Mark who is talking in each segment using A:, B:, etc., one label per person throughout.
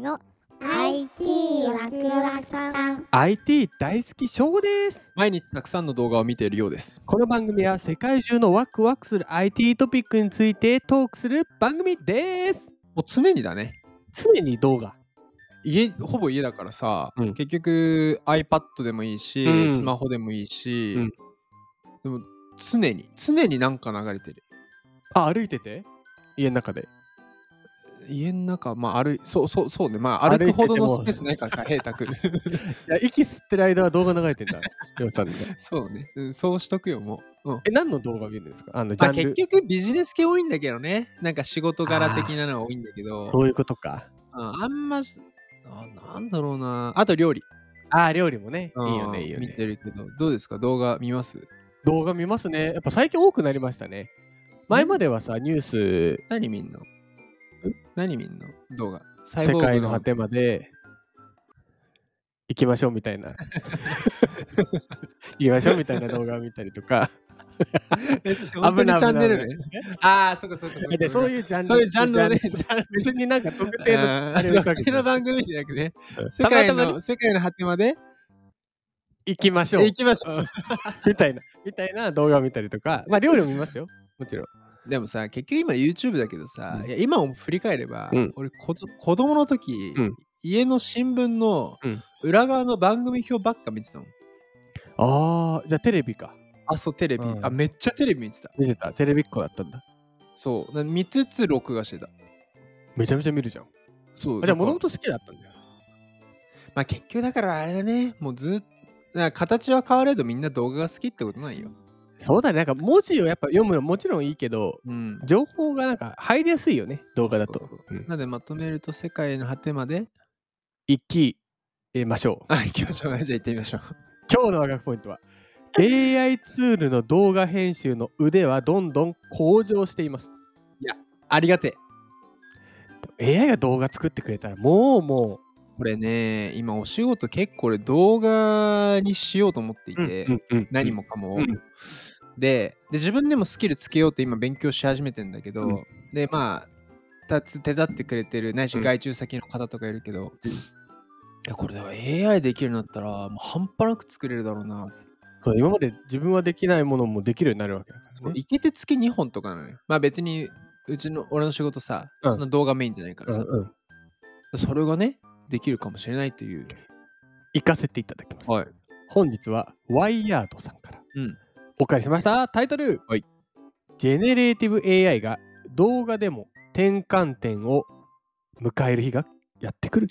A: の
B: IT ワクワクさん
C: IT 大好き翔です
D: 毎日たくさんの動画を見ているようです。
C: この番組は世界中のワクワクする IT トピックについてトークする番組です
D: もう常にだね。
C: 常に動画
D: 家ほぼ家だからさ、
C: うん
D: 結局 iPad でもいいし、
C: うん
D: スマホでもいいし、
C: うん
D: でも常に常になんか流れてる
C: あ歩いてて家の中で
D: 家の中まあ歩いそうそうそうねまあ
C: 歩い
D: 歩
C: てて
D: くほど
C: も
D: のスペースない からさ平たく
C: いや息吸ってる間は動画流れてん だりょうさんの
D: そうね、うんそうしとくよもう、うん
C: え何の動画見るんですかあのジ
D: ま
C: ャ
D: あ、
C: ン
D: 結
C: ル、
D: 局ビジネス系多いんだけどねなんか仕事柄的なのが多いんだけど
C: そういうことか
D: うんあんましあなんだろうなあと料理
C: あー料理もねいい
D: うん
C: よねいいよ
D: 見て
C: ね
D: るけどどうですか動画見ます
C: 動画見ますねやっぱ最近多くなりましたね前まではさニュース
D: 何見んの何見んの動画。サイ
C: 世
D: ボーグ
C: 界の果てまで行きましょうみたい な行きましょうみたいな動画を見たりとか
D: えそれ本当にチャンネルね。ああ、そうかそうかそう か。
C: でそう
D: う
C: いうジャンル
D: そういうジャンルをね、
C: ジ
D: ジャンル
C: 別になんか特定の
D: あ
C: あれ
D: ー
C: をか
D: 特定の番組じゃなくね、 世
C: たま
D: 界
C: たまね
D: の世界の果てまで
C: 行きましょう
D: 行きましょう。
C: みたいなみたいな動画を見たりとかまあ料理も見ますよもちろん
D: でもさ、結局今 YouTube だけどさ、
C: うん
D: いや今を振り返れば、
C: うん
D: 俺こど子供の時、
C: うん
D: 家の新聞の
C: うん
D: 裏側の番組表ばっか見てたもん。
C: ああじゃあテレビか
D: あ、そう、テレビ、
C: うん
D: あ、めっちゃテレビ見てた。
C: 見てたテレビっ子だったんだ
D: そう、な見つつ録画してた。
C: めちゃめちゃ見るじゃん
D: そう。
C: あじゃあ
D: だ
C: もと
D: から
C: もと好きだったんだよ
D: まあ結局だからあれだね、もうずっと。だから形は変われどみんな動画が好きってことないよ。
C: そうだねなんか文字をやっぱ読むのもちろんいいけど
D: うん。
C: 情報がなんか入りやすいよね動画だと
D: そうそう
C: うん
D: なのでまとめると世界の果てまで。
C: 行きましょう。
D: あ、行きましょう。はいじゃあ行ってみましょう。
C: 今日の学ポイントは AI ツールの動画編集の腕はどんどん向上しています。
D: ありがてえ。
C: AI が動画作ってくれたらもうも、
D: これね、今お仕事結構俺動画にしようと思っていうて、何
C: 何も
D: もかもを。
C: うん
D: でで、自分でもスキルつけようと今勉強し始めてんだけど、
C: うん
D: で、まあ、たつ手伝ってくれてる、ないし
C: うん
D: 外注先の方とかいるけど、いやこれだから AI できるようになったら、もう半端なく作れるだろうなって
C: そう今まで自分はできないものもできるようになるわけだからね。
D: いけて月2本とかなのよ。まあ別に、うちの俺の仕事さ、
C: うん
D: その動画メインじゃないから
C: うん
D: さ、
C: うん、
D: それがね、できるかもしれないという。
C: 行かせていただきます。
D: はい。
C: 本日はワイヤードさんから
D: うん。
C: お借りしましたタイトル、
D: はい
C: ジェネレーティブ AI が動画でも転換点を迎える日がやってくる。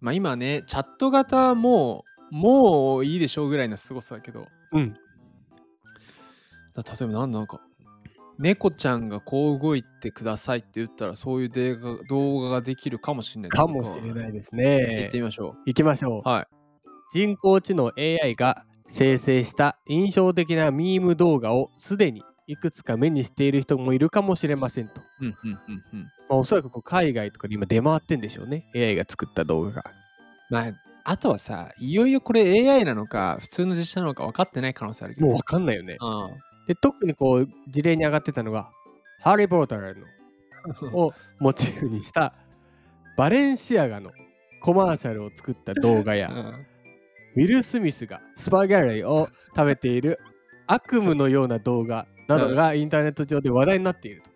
D: まあ今ね、チャット型もう、もういいでしょうぐらいの凄さだけど、
C: うん、
D: だ例えばなんだなんか、猫ちゃんがこう動いてくださいって言ったら、そういう動画動画ができるかもしれない。
C: かもしれ
D: い。
C: ないです
D: 行
C: ね
D: って。みましょ
C: 行きましょう
D: う。。はい。
C: 人工知能 AI が生成した印象的なミーム動画をすでにいくつか目にしている人もいるかもしれませんと。
D: うんうんうんうん。
C: まあ、おそらくこう海外とかで今出回ってんでしょうね。AI が作った動画が。
D: まあ、あとはさ、いよいよこれ AI なのか、普通の実写なのか分かってない可能性あるけど。
C: もうわかんないよね。
D: うん。
C: で、特にこう事例に上がってたのが、ハリー・ポーターのをモチーフにしたバレンシアガのコマーシャルを作った動画や、ウィル・スミスがスパゲリを食べている悪夢のような動画などがインターネット上で話題になっていると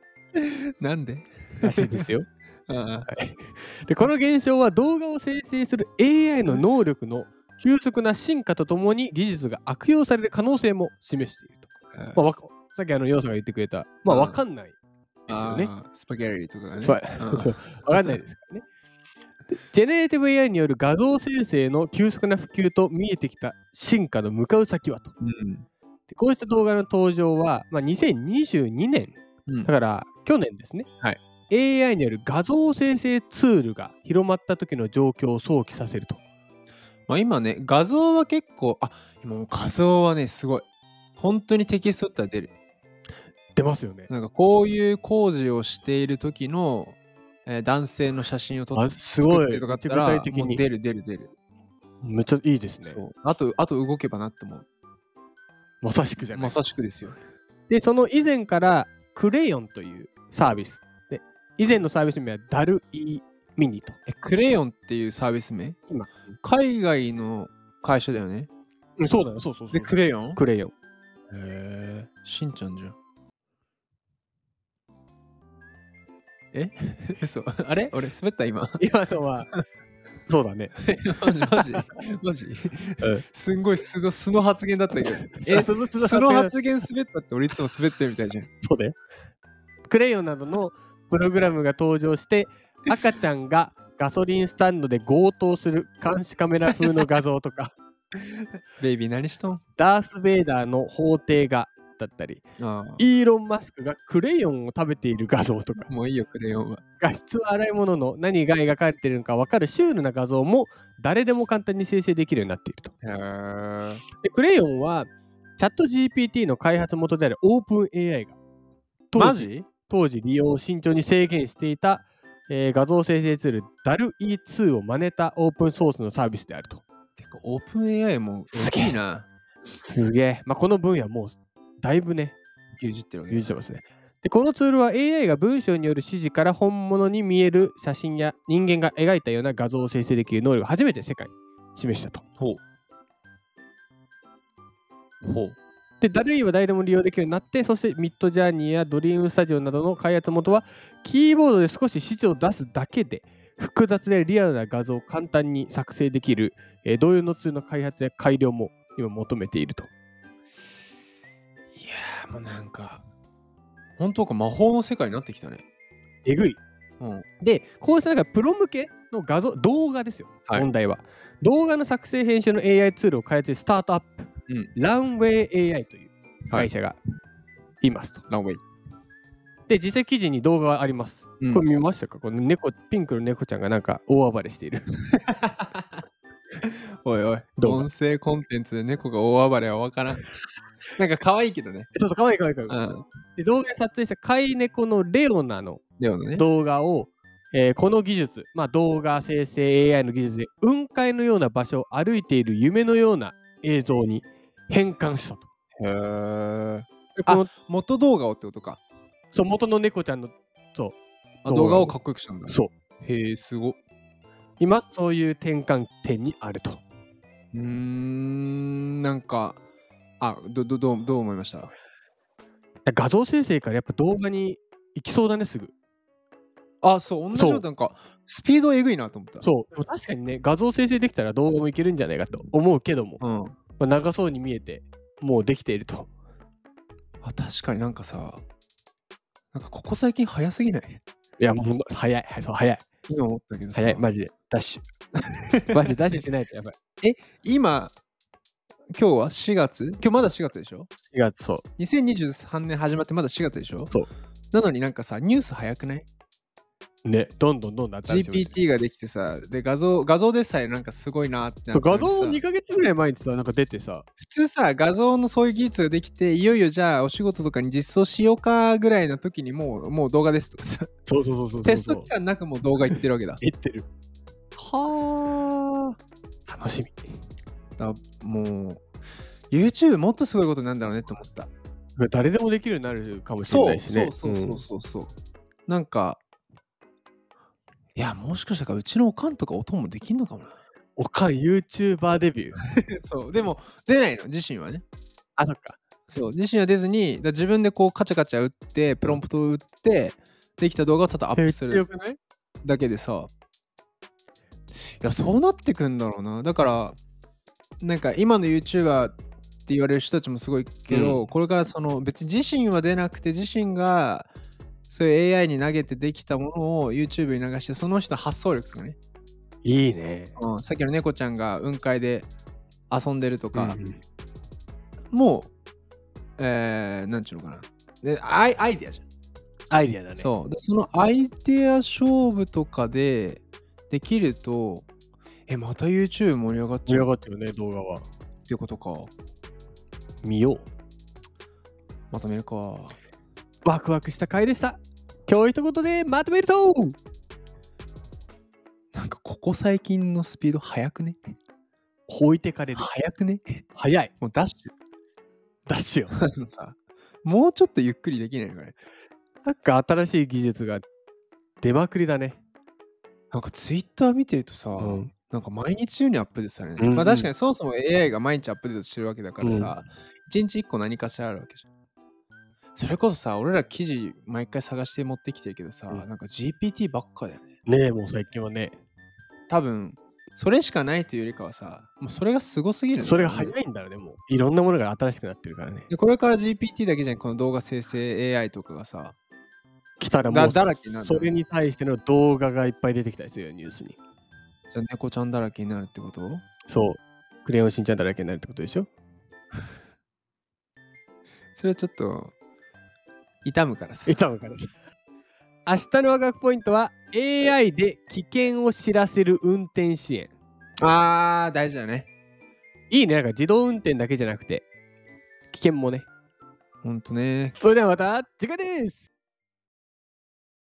D: なんで
C: らしいですよ。
D: あ
C: でこの現象は動画を生成する AI の能力の急速な進化とともに技術が悪用される可能性も示していると。
D: あ
C: まあわか、さっきあのヨウさんが言ってくれた、まあ
D: うん
C: わかんないですよね。
D: あースパゲリとかがね。
C: そう
D: うん
C: そうわかんないですからね。でジェネレーティブ AI による画像生成の急速な普及と見えてきた進化の向かう先はと。
D: うん
C: でこうした動画の登場は、まあ、2022年
D: うん
C: だから去年ですね、
D: はい
C: AI による画像生成ツールが広まった時の状況を想起させると
D: まあ、今ね、画像は結構、あ今もう画像はね、すごい。本当にテキストって出る。
C: 出ますよね
D: なんかこういう工事をしている時の、えー男性の写真を撮っ
C: あ
D: て、
C: すごい
D: 作ってとかだっ
C: めっ
D: た
C: ちゃ
D: ら、
C: 具体的に
D: もう出る出る出る。
C: めっちゃいいですね
D: そうあと、あと動けばなって思う。
C: まさしくじゃない
D: まさしくですよ。
C: でその以前からクレヨンというサービスで以前のサービス名はダル EA ミニと。
D: えクレヨンっていうサービス名
C: 今
D: 海外の会社だよね。
C: うんそうだよ、そうそうそう
D: で、クレヨン
C: クレヨン。
D: へえ、しんちゃんじゃん。え 嘘 あれ俺滑った今。
C: 今の は、そうだね。
D: マジマジマジ
C: うん
D: すんごい素の素の発言だったけど。
C: え、
D: え、
C: そのそ
D: 素の発言滑ったって俺いつも滑ってるみたいじゃん。
C: そうだよ。クレヨンなどのプログラムが登場 して、赤ちゃんがガソリンスタンドで強盗する監視カメラ風の画像と か、
D: ベイビー何しとん
C: ダース・ベイダーの法廷画だったり、
D: あ
C: イーロン・マスクがクレヨンを食べている画像 とか、
D: あ。もういいよ、クレヨンは。
C: 画質は洗い物の何が描かれているのか分かるシュールな画像も誰でも簡単に生成できるようになっていると。
D: へえ。
C: でクレヨンはチャット GPT の開発元であるオープン AI が当時
D: マジ
C: 当時利用を慎重に制限していた、えー画像生成ツール DAL-E2 を真似たオープンソースのサービスであると。
D: てか、オープン AI も
C: す
D: 大
C: げえ
D: きいな。
C: すげえ。まあ、この分野もうだいぶね、
D: 牛耳ってるわけ
C: 牛耳ってますね。でこのツールは AI が文章による指示から本物に見える写真や人間が描いたような画像を生成できる能力を初めて世界に示したと。
D: ほう。ほう。
C: で、ダルイは誰でも利用できるようになって、そしてミッドジャーニーやドリームスタジオなどの開発元は、キーボードで少し指示を出すだけで、複雑でリアルな画像を簡単に作成できる、えー同様のツールの開発や改良も今求めていると。
D: いやーもうなんか、本当か魔法の世界になってきたね。
C: えぐい。
D: うん。
C: で、こうした中、プロ向けの画像、動画ですよ、
D: はい
C: 問題は。動画の作成編集の AI ツールを開発するスタートアップ、
D: うん
C: ランウェイ AI という
D: は
C: 会
D: い。
C: 社がいますと。
D: ランウェイ。
C: で、実際記事に動画があります。
D: うん
C: これ見ましたかこの猫、ピンクの猫ちゃんがなんか大暴れしている。
D: おいおい、
C: 動画
D: 音声コンテンツで猫が大暴れはわからん。 なんか可愛いけどね。
C: そうそう、かわいいかわいいか
D: う
C: わいい。
D: ん。
C: で、動画で撮影した飼い猫のレオナの
D: レオのね。
C: 動画を、えーこの技術、まあ、動画生成 AI の技術で、雲海のような場所を歩いている夢のような映像に変換したと。
D: へー
C: でこの
D: 元動画をってことか。
C: そう元の猫ちゃんの、そ
D: あ
C: 動
D: 動
C: 画
D: 画
C: を
D: をかっこよくしたんだ
C: う、。そう。
D: へえ、すご。う
C: 今、そういう転換点にあると。
D: ーん、なんか、あ、ど、ど、どう、どう思いました
C: 画像生成からやっぱ動画に行きそうだね、すぐ。
D: あ、
C: そ
D: そう、同
C: う
D: じことなんか、スピードえぐいなと思った。
C: そう。でも確かにね、画像生成できたら動画もいけるんじゃないかと思うけども、
D: う。うん。
C: まあ、長そうに見えて、もうできていると。
D: あ確かになんかさなんかここ最近早すぎない
C: いや、もうほんと早い、はいそう早い、
D: 今思ったけどさ
C: 早い、マジで、ダッシ ュ。マジでダッシュしないとやばい。
D: 今今日は4月今日まだ4月でしょ
C: 4月、そう。
D: 2023年始まってまだ4月でしょ
C: そう
D: なのになんかさニュース早くない
C: ね、どんどんどんどん新しいもの。
D: ?GPT ができてさで画像画像でさえなんかすごいなってな
C: そ
D: っ
C: う
D: て
C: 画像
D: さ
C: の2ヶ月ぐらい前にさ、なんか出てさ、
D: 普通さ画像のそういう技術ができていよいよじゃあお仕事とかに実装しようかぐらいの時にもうもう動画ですとかさ
C: そうそうそうそう
D: テスト期間なくもう動画いってるわけだ
C: 言ってる。
D: はあ
C: 楽しみ。
D: だもう YouTube もっとすごいことになるんだろうねって思った
C: 誰でもできるようになるかもしれないしね。
D: そうそうそうそうそう、なんかいやもしかしたらうちのおかんとかおとんもできんのかもな
C: おかん YouTuber デビュー。
D: そうでも出ないの自身はね
C: あ、そっか。
D: そう自身は出ずにだ自分でこうカチャカチャ打ってプロンプトを打ってできた動画をただアップす
C: え
D: る
C: よくない
D: だけでさいやそうなってくんだろうなだからなんか今の YouTuber って言われる人たちもすごいけど、これからその別に自身は出なくて自身がそういう AI に投げてできたものを YouTube に流してその人の発想力とかね、
C: いいね。
D: うん、さっきの猫ちゃんが雲海で遊んでるとか、
C: うん
D: もうえー、なんちゅうのかなでアイアイデアじゃん
C: アイディアだね。
D: そうでそのアイデア勝負とかでできるとえまた YouTube 盛り上がっち
C: 盛り
D: ゃ
C: 上
D: う
C: がってるね、動画は。
D: ってことか
C: 見よう。
D: まとめるか
C: ワクワクした回でした。今日一言でまとめると
D: なんかここ最近のスピード速くね
C: 置いてかれる。
D: 速くね
C: 早い。
D: もうダッ シ
C: ダッシ ュよ。
D: ュあのさもうちょっとゆっくりできないのかね
C: なんか新しい技術が出まくりだね。
D: なんかツイッター見てるとさ、
C: うん
D: なんか毎日のようにアップデートされない、
C: うんうん
D: まあ確かにそもそも AI が毎日アップデートしてるわけだからさ、一1日1個何かしらあるわけじゃん。それこそさ、俺ら記事毎回探して持ってきてるけどさ、
C: うん
D: なんか GPT ばっかだよね。
C: ねえ、もう最近はね。
D: 多分、それしかないというよりかはさ、もうそれがすごすぎるんだよね。
C: それが早いんだよね、もう。いろんなものが新しくなってるからね。
D: でこれから GPT だけじゃん、この動画生成 AI とかがさ、
C: 来たらも
D: だ
C: う、
D: だらけになるんだ
C: そ
D: よね、
C: れに対しての動画がいっぱい出てきたりするよ、ニュースに。
D: じゃあ猫ちゃんだらけになるってこと
C: そう。クレヨンしんちゃんだらけになるってことでしょ
D: それはちょっと、痛むからさ。
C: いたのかな 明日のワクワクポイントは AI で危険を知らせる運転支援。
D: あー、大事だね。
C: いいね、なんか自動運転だけじゃなくて、危険もね。
D: ほんとね。
C: それではまた次回です